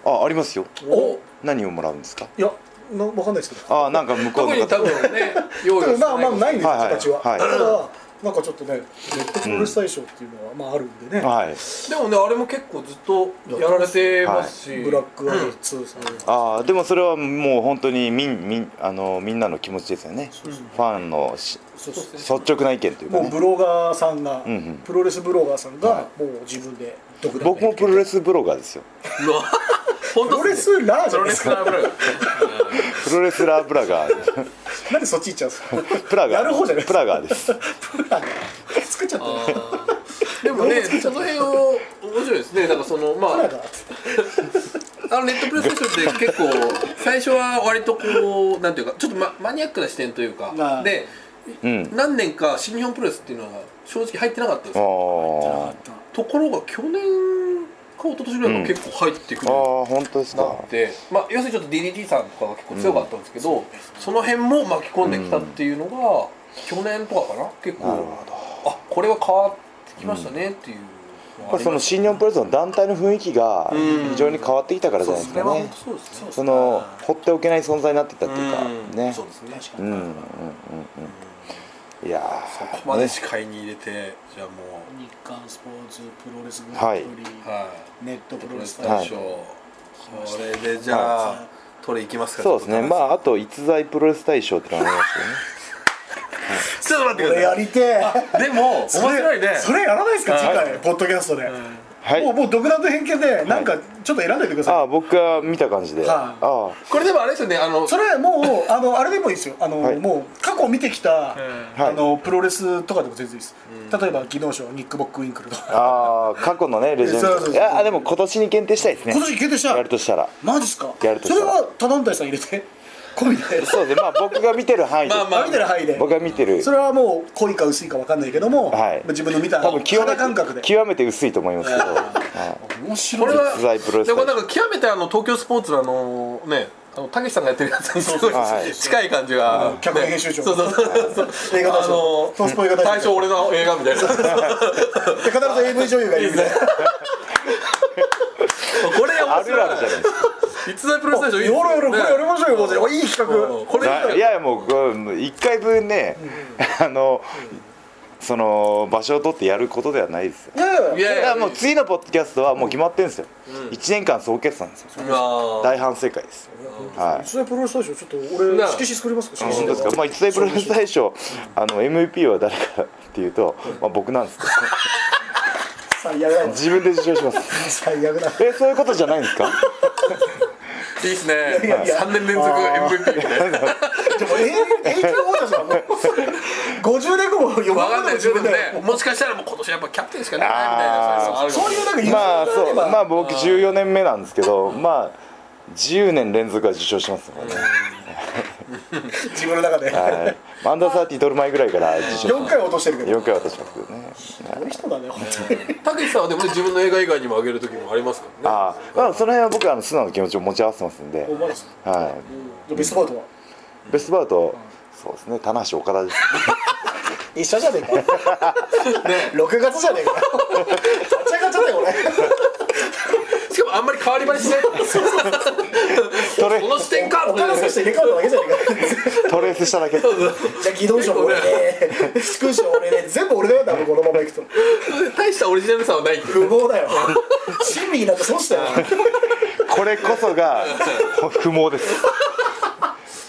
あありますよお何をもらうんですかい、やなわかんないですけどあなんか向こう特のに多方分ね用意たはだしてまあまあないんですよ、はいはい形は、はいただなんかちょっとねネットプロレス大賞っていうのは、まああるんでね、はいでもねあれも結構ずっとやられてますし、ブラックアイツさん、あーでもそれはもう本当にみんみんあのみんなの気持ちですよねファンのしそうそう率直な意見というかもうねブロガーさんが、んうんプロレスブロガーさんがもう自分で独断で僕もプロレスブロガーですようわ 本プ当ロレスラーじゃなプいロレですスかラーブラックプロレスラーブラガーなんでそっち行っちゃうんですかプラガーやる方じゃないプラガーですプラ作っちゃったねでもねその辺を面白いですねなんかそのまプあラがつってあのネットプレステーションって結構最初は割とこうなんていうかちょっとママニアックな視点というあかあで、うん何年か新日本プロレスっていうのは正直入ってなかったんですあよーあところが去年か一昨年ぐらいから結構入ってくるようー本当ですになかって、まあ、要するにちょっと DDT さんとかが結構強かったんですけど、その辺も巻き込んできたっていうのが、去年とかかな結構なるほあこれは変わってきましたねっていうのやっはありまぱすその新日本プロレスの団体の雰囲気がうん非常に変わってきたからじゃないですそれかはね本当そうですねその放っておけない存在になってきたっていうかうんねそうですね確かにうんうんうんうんうんいやそこーまでね視界に入れてじゃあもう日刊スポーツプロレスグラはいンプリ、はいネットププロロレレスス大大賞、賞これでじゃはあ取り行きますかそうですねまあああと逸材プロレス大賞ってのがありますよねちょっと待ってこくれだやさりてえいでも面それ白いねそれやらないですか次はい回ポッドキャストで、はいもうもう独断と偏見でなんかちょっと選んでてください、ああ僕が見た感じではいああこれでもあれですよねあのそれもうあのあれでもいいですよあの、はいもう過去見てきた、はいあのプロレスとかでも全然いいです、例えば技能賞ニック・ボック・ウィンクルとかああ過去のねレジェン そうそうそドういやーでも今年に限定したいですね今年決定したやるとしたらマジっすかやるとそしたれらは他団体さん入れて 込みでそうですねまあ僕が見てる 範囲でまあまああみたいな範囲で僕が見てるそれはもう濃いか薄いかわかんないけども、はい自分の見た多分極肌め感覚でて極めて薄いと思いますけど面白こいれは実在プロレスでもなんか極めてあの東京スポーツのあのねあのたけしさんがやってるやつにすごいはい近い感じが、ね、脚本編集長そうそうそうそう映画大賞あのトースポ映画大賞大賞俺の映画みたいなで必ず AV 女優がいるみたいなこれ面白いあるあるじゃないですか逸材プロレス大賞いいよろよろこれやりましょうよマジでこおれいい企画これないいやいやもうこれ一回分ねあのその場所を取ってやることではないですよいやいやいやいだからやもう次のポッドキャストはもう決まってるんですようん1年間総決算ですよあ大反省会ですは実際プロレス大賞ちょっとな俺あ色紙作りますかあ色本紙当ですか、まあ、一大プロレス大賞あの MVP は誰かっていうと、まあ、僕なんですけど最悪だ自分で受賞します最悪だえそういうことじゃないんですかいいっすねいやいや3年連続 MVP みたいなでも影響を負ったじゃんもう50年後も読わまかんないです自よで分もでねもしかしたらもう今年やっぱキャプテンしか出ないみたいなそういうのがそういうなんあるかもか言まあそうまああ僕14年目なんですけどまあ10年連続は受賞しますよね、自分の中ではい、アンダーサーティー取る前ぐらいから受賞し4ます回落としてるけど4回渡しますけどねすごい人だね本当にたけしさんはでもね自分の映画以外にもあげる時もありますからねああまあその辺は僕あの素直な気持ちを持ち合わせてますんでお、前ですは、じゃあベストバウトはいベストバウトそうですね棚橋岡田です一緒じゃねえか6月じゃねえかガチャガチャだよ しかもあんまり変わり映えしないトレこの視点か俺他の選手と入れ替わっただけじゃねえかトレースしただけじゃあ技能賞俺で殊勲賞俺で全部俺だよ多分このままいくと大したオリジナルさはないっていう不毛だよ親身になって損したよこれこそが不毛です。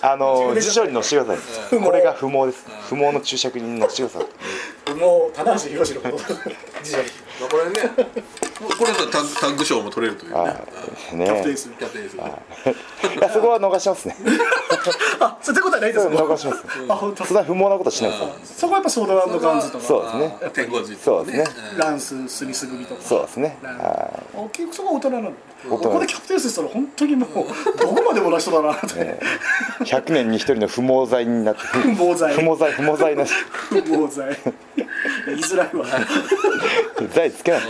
あの辞書に載せてください。不毛これが不毛です。不毛の注釈に載せてください。不毛棚橋宏のことまあこれねこれだとタッグタッグ賞も取れるというねあーねプテンするキャプテンですねいやそこは逃しますねあそうってことはないでそこすはもん逃しますねあ本当そんな不毛なことしないですよそこはやっぱソードアンドガンズとそかうですね天候術そうですねランススミス組とかそうですねはあ結構そこは大人な大のこ人こでキャプテンスしたら本当にもうどこまでも同じ人だなってい100年に一人の不毛罪になって不不毛罪毛罪不毛罪なしもう罪言いづらいわ罪つけない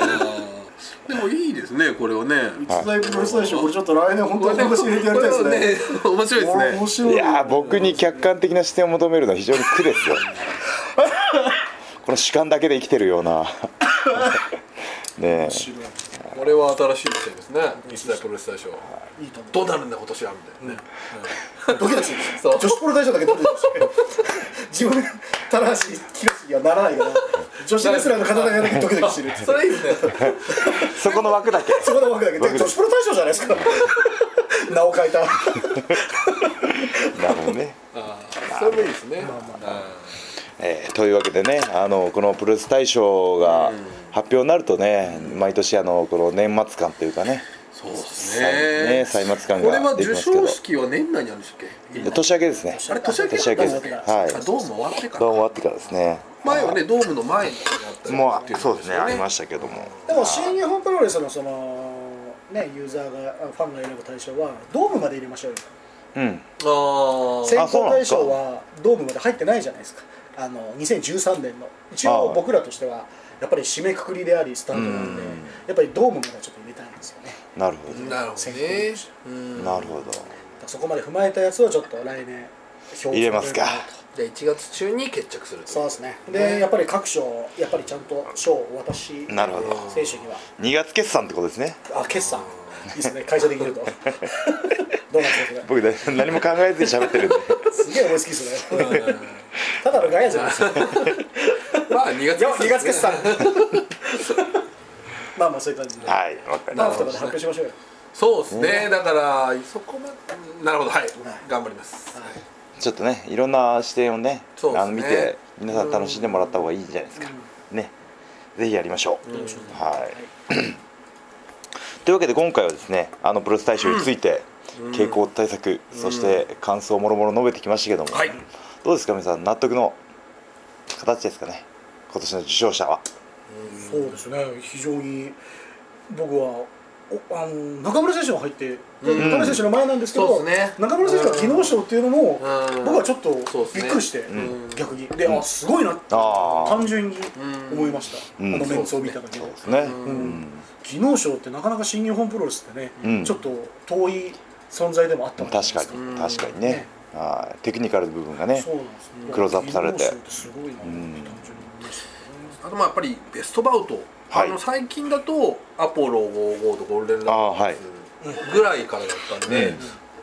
でもいいですねこれをね実在プロレス大賞これちょっと来年本当に私入れてやりたいこれですねをね面白いですね面白いいやー僕に客観的な視点を求めるのは非常に苦ですよこの主観だけで生きてるようなねえ白いこれは新しい試合ですね日大プロレス大賞いいと思どうなるんだ今年はみたいなねうドキドキするそう女子プロ大賞だけドキドキする自分棚橋宏にはならないから女子レスラーの方だけだけドキドキしてるっていうそれいいですねそこの枠だけそこの枠だけで女子プロ大賞じゃないですか名を変えたなるほどね、それもいいですねえーというわけでねあのこのプロレス大賞が発表になるとね毎年あのこの年末感というかねそうですねね歳末感これはができ受ますけど賞式は年内にあるんでしたっけ年明けですねあれ年明け年明けでだっすたんだっけはいあドーム終わってかどうら終わってからですね前はねドームの前にあったりもっていうことそうですねありましたけどもでも新日本プロレスのそのねユーザーがあファンが選ぶ対象はドームまで入れましょうようんあー選そうな考ん対ですか象はドームまで入ってないじゃないですかあの2013年の一あ応ー僕らとしてはやっぱり締めくくりでありスタートなんでうんやっぱりドームまではちょっと入れたいんですよねなるほどなるほどねうんなるほどだからそこまで踏まえたやつをちょっと来年表入れますかじゃあ1月中に決着するとそうですねでやっぱり各賞やっぱりちゃんと賞をお渡しなるほど選手には2月決算ってことですねあ決算いいですね会社でき るとどうなんですかこ僕ね何も考えずに喋ってるんでれすげえ思いつきですねただのガヤじゃない ですかまあ2月いや2月決ですね算 まあまあそういう感じではいわかりタまーフしとかで発表しましょうよそうですねだからそこまでなるほどはい頑張りますたちょっとねいろんな視点をねそうですあねの見て皆さん楽しんでもらった方がいいんじゃないですか、ねぜひやりましょう、はい、というわけで今回はですねあのプロレス大賞について、傾向対策、そして感想もろもろ述べてきましたけども、はいどうですか皆さん納得の形ですかね今年の受賞者はそうですね非常に僕はおあの中村選手が入って田辺選手の前なんですけど、そうですね中村選手が技能賞っていうのもうん僕はちょっとそうですびねっくりして、うん逆にで、あすごいなってあー単純に思いました、うんあのメンツを見ただけで、そうですね、うん技能賞ってなかなか新日本プロレスってね、うんちょっと遠い存在でもあっでたんもです確かに、うん確かにねね、はいテクニカルの部分がねそうなんですよクローズアップされて技能賞ってすごいなって単純に思いましあとまあやっぱりベストバウト、はいあの最近だとアポロ55とゴールデンラあーはッいプぐらいからだったんで、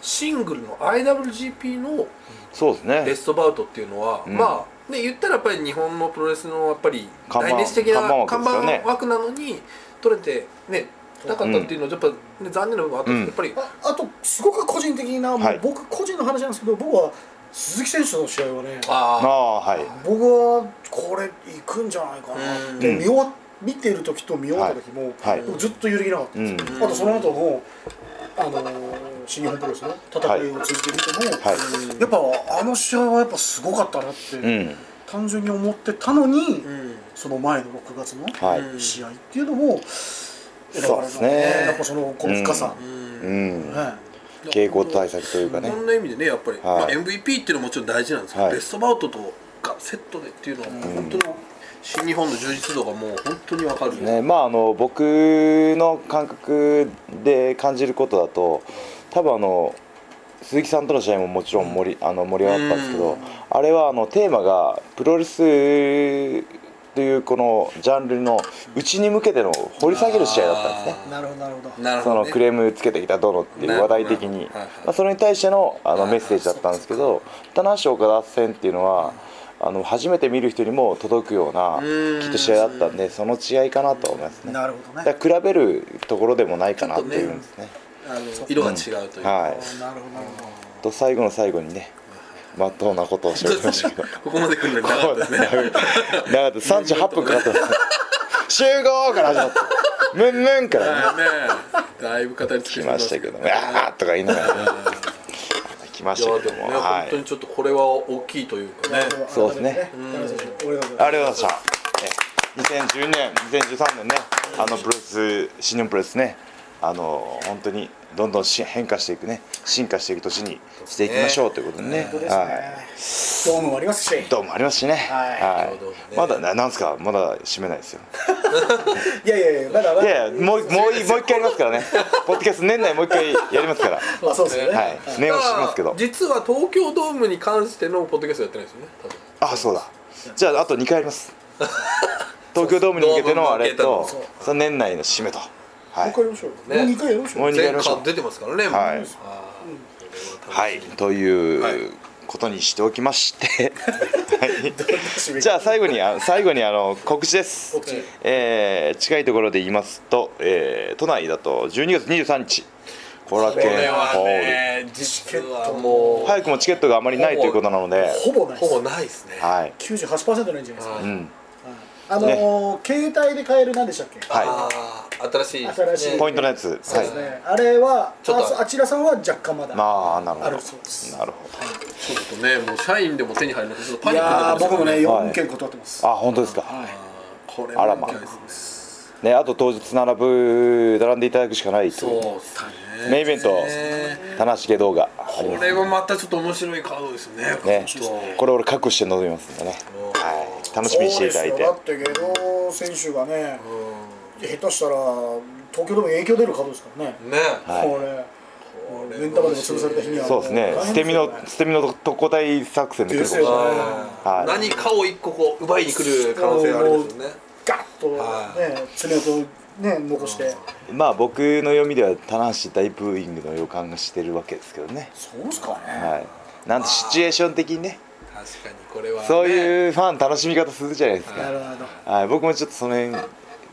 シングルの IWGP のそうですねベストバウトっていうのは、うんまあね言ったらやっぱり日本のプロレスのやっぱり看板代名詞的な看板枠看です板よね枠なのに取れてねなかったっていうのはやっぱ、ね、残念な部分はあったんですけど、やっぱりああとすごく個人的な、もうはい僕個人の話なんですけど僕は鈴木選手との試合はねあああはい僕はこれ行くんじゃないかなってうん見終わ見てる時と見終わった時も、はいはい僕ずっと揺るぎなかったんですよ、うんあとその後のあのー新日本プロレスの戦いを通じて見ても、はいやっぱあの試合はやっぱすごかったなって、うん単純に思ってたのに、あ、うんその前の6月のはい、うん試合っていうのも、そうですねやっぱそのこの深さ、ううんん、ね傾向対策というかいねろんな意味でねやっぱり、はいまあ、MVP っていうのはもちろん大事なんですけど、はいベストバウトとがセットでっていうのはもう本当に新日本の充実度がもう本当にわかるねまああの僕の感覚で感じることだと多分あの鈴木さんとの試合ももちろん盛りあの盛り上がったんですけど、うんあれはあのテーマがプロレスというこのジャンルのうちに向けての掘り下げる試合だったんですね。なるほどなるほどなるそほど、のね、クレームつけてきたどのっていう話題的なにるほどはいはい、まあ、それに対してのあのメッセージだったんですけど棚橋岡田戦っていうのはあの初めて見る人にも届くようなうんきっと試合だったんでその違いかなとは思いますねなるほどねだから比べるところでもないかなっていうんですねあの色が違うという、はいなるほどなるほとど最後の最後にねまっとうなことをしゃべりましたけど ここまで来るの に長かったですね だから38分かかってます集合から始まってムンムンからねねえだいぶ語りつ来けましたけどねあーとか言いながらね来まいしやたけでどももね、は本当いにちょっとこれは大きいというかねそうですね俺がありがとうございましたね2010年2013年ねあのプロレス新日本プロレスねあの本当にどんどんし変化していくね進化していく年にしていきましょうということでね本当ですはねいドームもありますしどうもありますしね。ははいちょうどねまだななんですかまだ閉めないですよ。いやいやいやまだまいだやいやもうもうもう一回やりますからね。ポッドキャスト年内もう一回やりますから。はあそうですよねい。念をしますけど。実は東京ドームに関してのポッドキャストやってないですよね多分あそうだ。じゃああと二回やり ます。東京ドームに向けてのあれドームとに向けてその年内の締めと。はもう一い回。やりましょうもねう二回やりましょうもう二回や前りましょ回う。出てますからねもうはいあーはいということにしておきまして。はい。締めじゃあ最後にあ最後にあの告知です告知、えー近いところで言いますと、えー都内だと12月23日後楽これ園ホはールね実はも早くもチケットがあまりないということなのでほぼうないでほすぼないですねはい、 98%ないんじゃないですかうはいん、あのー携帯で買えるなんでしたっけはあー新しいですね新しいいポイントのやつそうはですいねあれはちょっとああちらさんは若干まだああなるほあどるそうですなるほどちょっとねもう社員でも手に入らなくてちょっとパいニックになやっーてま僕もねはい4件断ってますあ本当ですか、すこれあらまもいけないですねね、あと当日並ぶ並んでいただくしかないといそううですねメインイベント棚橋家動画これはまたちょっと面白いカードですねねちょっとこれ俺覚悟して臨みますんでね、はい、楽しみにしていただいてそうですよだって芸能選手がね下手したら東京でも影響出るかどうですからねねはいこれ目ん玉でも潰された日にはそうですね捨て身の捨て身の特攻隊作戦で来でるかすもしれないよねはい何かを一個こう奪いに来る可能性がありますよねガッとね爪痕をね残してまあ僕の読みでは棚橋大ブーイングの予感がしてるわけですけどね、そうですかねはい、なんとシチュエーション的にね確かにこれはねそういうファン楽しみ方するじゃないですなか、るほどはい、僕もちょっとその辺ま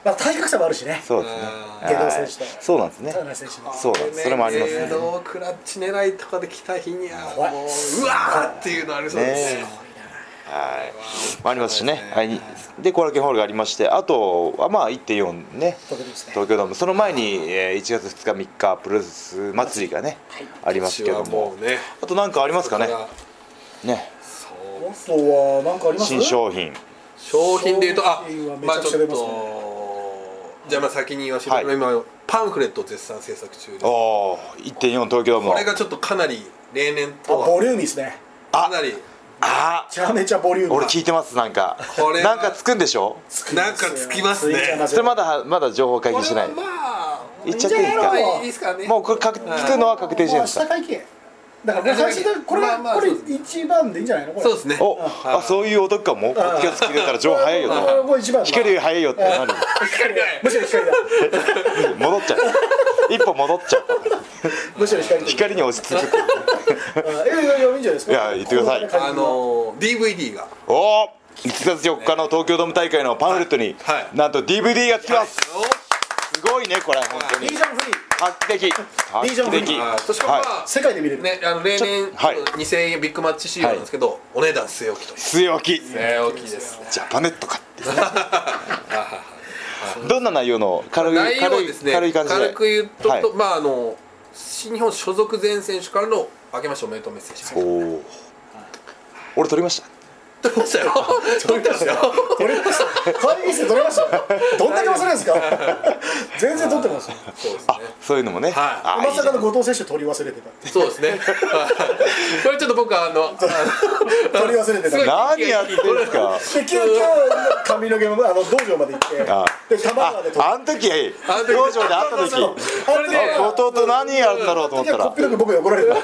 あ体格差もあるしねそうですねあ、はい下道選手とそうなんですね田中選手のそうなんですそれもありますねねのクラッチ狙いとかで来た日には怖いもううわーっていうのありそうですねねはいありますしねはいで後楽園ホールがありましてあとはまあ1.4ね東京ですね東京ドームその前にえー1月2日3日プロレス祭りがねありますけど私はももうねあと何かありますかねだからねそうあとは何かあります新商品商品でいうとあ商品はめちまあゃちくょちっゃ出ますねとじゃあまあ先に言わせて、はい今パンフレット絶賛制作中ですこおお1.4東京ドームのれがちょっとかなり例年あとボはリューミーですねかなりあめちゃめちゃボリューミー俺聞いてますなんかこれなはんかつくんでしょなんかつきますねついちゃいそれまだまだ情報解こ禁れしてなはいまあ言っちゃっていいですかいいですかねもうこれ確つくのは確定してるんですもうか明日会見だから最初からこれまあまあこれそうです一番でいいんじゃないのこれそうですねおあそういうお得感もポッドキャスト聞いてたら情報早いよ これともう一番だ光より早いよってなる光だむしろ光だ戻っちゃう一歩戻っちゃうむしろ光だ光に落ち着くあいやいやいやいいんじゃないですかいや言ってくださいこんなあ感じのの DVD がおお1月4日の東京ドーム大会のパンフレットにはいはいなんと DVD がつきますおすごいねこれ本当リにージョンフリー画期的画リージョン期フリー的あーそしてまあ、は世界で見れる、ね、あの例年ちょはい2000円ビッグマッチ仕様なんですけど、お値段据え置きと据え置き据え置きですねジャパネットか って。どんな内容の軽い内容軽はいですね軽い感じで。軽く言うと、はいまああの新日本所属全選手からの明けましておめでとうメッセージおお。俺撮りました。撮りましたよ撮ってましたよ取れました会議室で取れましたよどんだけ忘れるんですか全然取ってますよそうですねそういうのもね。あまいいさじゃかんの後藤選手取り忘れてたってそうですねこれちょっと僕はあの取り忘れてたすごい何やってるんです か。で急遽髪の毛もあの道場まで行ってあで多摩川で取っあん時あん時道場で会った時そうそうあれねあ後藤と何やるんだろうと思ったたこっらぴどく僕に怒られてたこ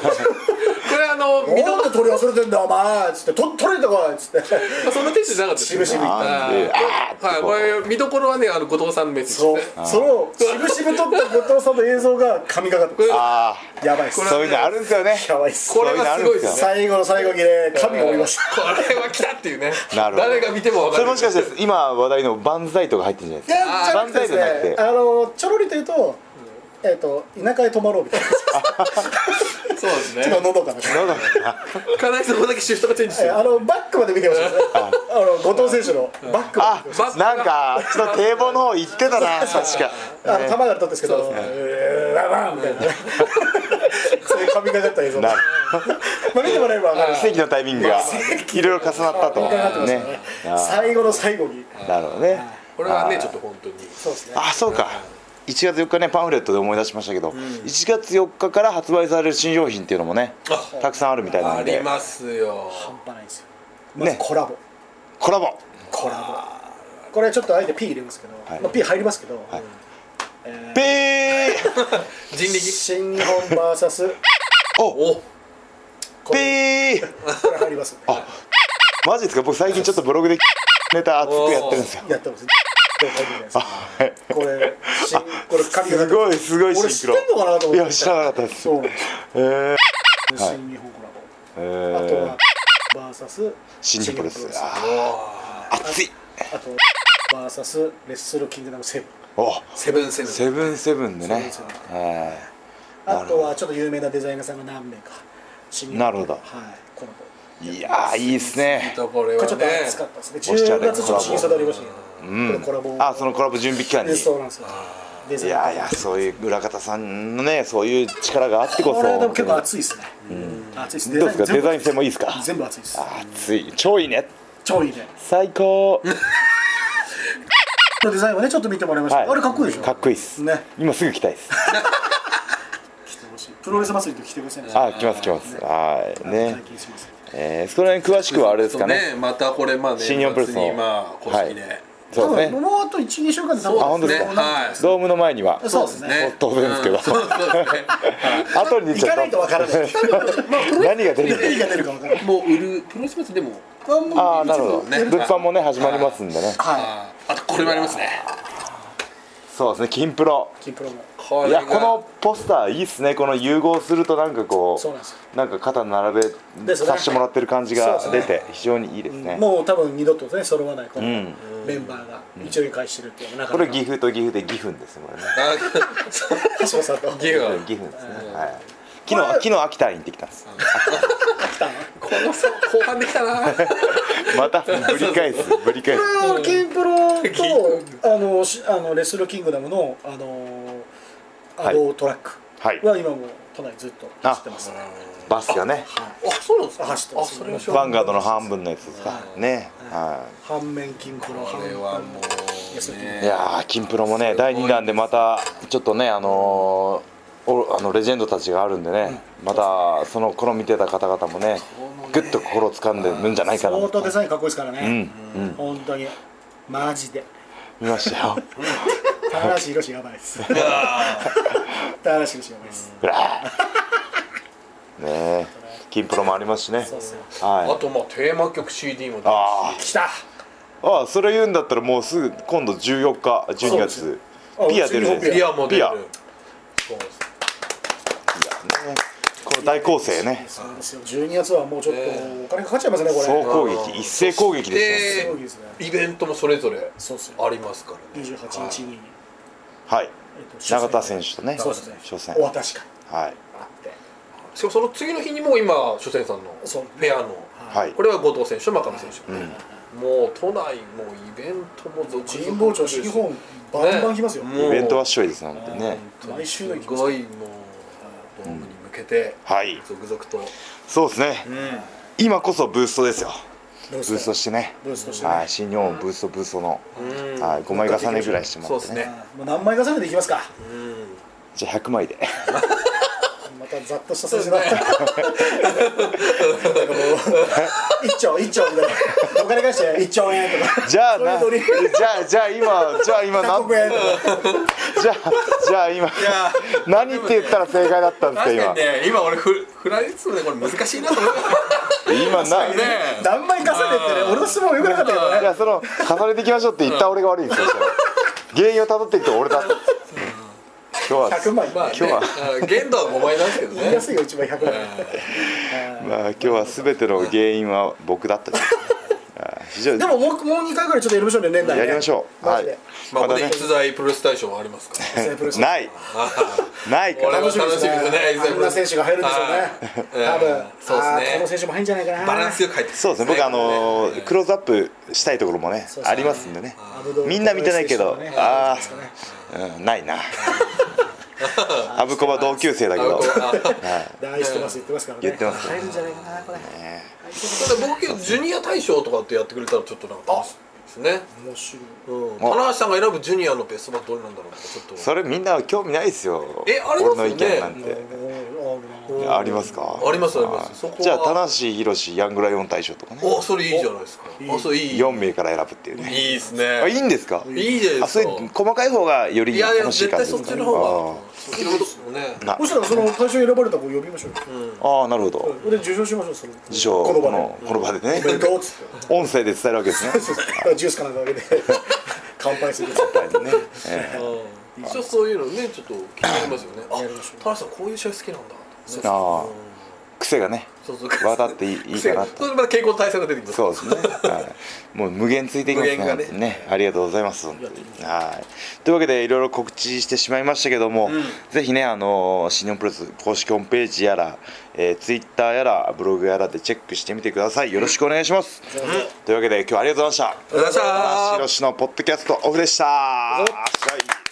れあの見なん逃で取り忘れてんだお前っつって取取れてこいっつってそんなテンションじゃなかったです渋々なんであーってはい、こうこれ見どころはねあの後藤さんのメッセージそうそのしぶしぶ撮った後藤さんの映像が神がかってまあすやばいっすあそういうのあるんですよねやばいっすこれはすごいですね最後の最後にね神がおりましこれは来たっていうねなるほど誰が見ても分かそるれもしかして今話題のバンザイとか入ってるんじゃないでたいやじゃなくてです万歳じゃなくねあのちょろりと言うとえっと田舎へ泊まろうみたいなそうですちょっとのどかな感じなんだろうなかなりそこだけシフトがチェンジしてえ るあのバックまで見てましたねあの後藤選手のバックまで見てましたあなんかちょっと堤防の方行ってたな確かあの玉が取ったんですけど、えーラランみたいな、そういう神がかった映像。まなある見てもらえばわかる。奇跡のタイミングがいろいろ重なったと神がかってましたねね。あ最後の最後に。ーなるほどねこれはあねーちょっと本当にそうですね。あそうか1月4日ねパンフレットで思い出しましたけど、1月4日から発売される新商品っていうのもねあたくさんあるみたいなあんりでますよ半端ないですよ。まずねコラボ。コラボコラボ。これちょっとあえて P 入れますけど、はいまあ P 入りますけど、ピー人力新日本 VS おこピれーこれ入りますんでマジですか僕最近ちょっとブログでネタ熱くやってるんですよやって ます。これ入るじゃないですかこれ、新これ神がすかってまごいすごい俺シンクロ知ってんのかなと思っていや知らなかったですそうなんですよ。え新日本コラボ。ー、えあとーは、バーサス新日本プロレス新日本あー熱いあと、バーサスレッスルキングダムセブン。おセブンセブンセブンセブンでねセブンセえあとは、ちょっと有名なデザイナーさんが何名か。新日本なるほどはい、コラボ。ーいやーいいですねとこれこはれちょねっと熱かったですね。おしゃ10れな月ちょっと審査でありましたけど、これコラボ。あそのコラボ準備期間にでそうなんですよ。デザいイナやーいやそういう裏方さんのねそういう力があってこそこれでも結構熱いですね。熱いです。どうですかデザイン性もいいいですか全部熱いです。熱い超いいね超いいね。最高このデザインはね、ちょっと見てもらいました。はいあれかっこいいでしょ。かっこいいっすね。今すぐ来たいです来てほしい。プロレス祭りと来てくださいね。あ来ます来ますはいね解禁します。えーそこら辺詳しくはあれですかねまたこれまあね新日本プロレスの年末にまあ公式で、はい多そうで分すねもうあと1、2週間で多分あ本当ですかはいドームの前にはそうですね。当然ですけどうんそうそうですね後に行かないとわからない。何が出て く何るが出るかわからない。もう売るプロレスマスでも ああなるほどね物販もね始まりますんでねはあーあとこれもありますねそうですね金プロい。金プロも。こいれがやこのポスターいいっすねこの融合するとなんかこそうなんですうなんか肩並べですねさせてもらってる感じがそう出ですて非常にいいですねもう多分二度とね揃わないこのんメンバーが一応に返してるっていうのがなかこなれか岐阜と岐阜で岐阜ですねこれねあ橋本さんとギ岐ガ阜岐阜ですねはい昨日昨日秋田に行ってきたんです来たの。このさ後半できたなまたぶり返すぶり返すこれ金プロ金とあのしあのレスルキングダムのあのはアいドトラックはいは今も都内ずっと走ってます。バスがねあそうなんですあか走ってますあそれは知らヴなァンガードの半分のやつですかねはい反面金プロこ半れ面はもレスルうキングダムねいやー金プロもね第2弾でまたちょっとねあのーおあのレジェンドたちがあるんでね、またその頃見てた方々もねぐっと心を掴んでるんじゃないかな相当とデザインかっこいいですからうねん、うん、本当にマジで見ましたよ田原宏やば いです 田原宏やばいですうらーねえ金プロもありますしねそうっすよあはいとまあテーマ曲 CD も出るしあ来たああそれ言うんだったらもうすぐ今度14日12そう月あピア出るじゃないですかピアも出るピアそうですこの大構成ねそうですよ12月はもうちょっとお金かかっちゃいますねこれ総攻撃一斉攻撃ですねすごいですねイベントもそれぞれそうっすあよりますからね28日にはいえっと初戦永田選手とねそうですね初戦お渡し会はいあってしかもその次の日にも今初戦さんのそうフェアのはいこれは後藤選手と真壁選手、もう都内もうイベントも続神々保町新日本バンバン来ますよねイベントはっしょいです本当にね毎週のようにす来ますごいもうドームに向けてはい続々と、そうですね、今こそブーストですよブーブーストしてねブーストしてねはい新日本ブーストブーストの、うんはい、5枚重ねぐらいしてもそらうっでてすねねもう何枚重ねていきますかじゃあ100枚で またざっとした数字だった 一丁一丁みたいなお金返して一兆円とかじゃあなそうじいうノゃあじゃあ今じゃあ 今 な100億円とかじゃあじゃあ 今や何って言ったら正解だったんですか確か今にね今俺ふ振られつつもねこれ難しいなと思って今な ね何枚重ねてね俺の質問もよくなかったけどねいやその重ねていきましょうって言った俺が悪いんですよ原因をたどっていくと俺だ今日は100枚まあ、ね、今日はうん限度は5枚なんですけど言いねやすいよ一番100枚まあ今日は全ての原因は僕だったです非常にでももうもう2回ぐらいちょっとやりましょうね年内ねやりましょうマはジいでままあ、こだこでね逸材プロレス大賞はありま すから。セーブレスないないか俺らは楽しみですね逸材安プロレ村ス。選手が入るんでしょうねは多い分うんそうですあーねこの選手も入るんじゃないかなバランスよく入ってそうですね僕あのうんクローズアップしたいところもねそうそうありますんでねアブドウみんな見てないけど選手もねあそうですねあうんないなアブコバ同級生だけどあこうあ大してます言ってますからね言ってます入るんじゃないかなこれただ僕けどジュニア大賞とかってやってくれたらちょっとなんか楽しいですね。面白いうん。棚橋さんが選ぶジュニアのベストバットどれなんだろうとかちょっと。それみんな興味ないですよえありますよね俺の意見なんておーおーおーありますかありますありますそこはじゃあ田無宏ヤングライオン大賞とかねおそれいいじゃないですか。あそれいい。い4名から選ぶっていうねいですあいね。いんですかいいじゃないであそすれか。細かい方がよいりやいや楽しい絶感対じそでっすちかねの方が。そっちのことですもんね。なそしたらその最初選ばれた子呼びましょうよああなるほどで受賞しましょうその辞書このこ場でのこの場でねおめでとうっつって音声で伝えるわけですねそうそうジュースかなんかあげて乾杯するねえうん一応そういうのねちょっと気になりますよね。あやりましょう田中さんこういう試合好きなんだ。えああ癖がねそうそう渡っていいいいかなそれまた傾向対策が出てきますそうですね、はい、もう無限ついていきますね無限がねありがとうございます本当にはいというわけでいろいろ告知してしまいましたけども、ぜひねあの新日本プロレス公式ホームページやら、えー、ツイッターやらブログやらでチェックしてみてくださいよろしくお願いします、というわけで今日はありがとうございましたありがとうございましたしのポッドキャストオフでした。よし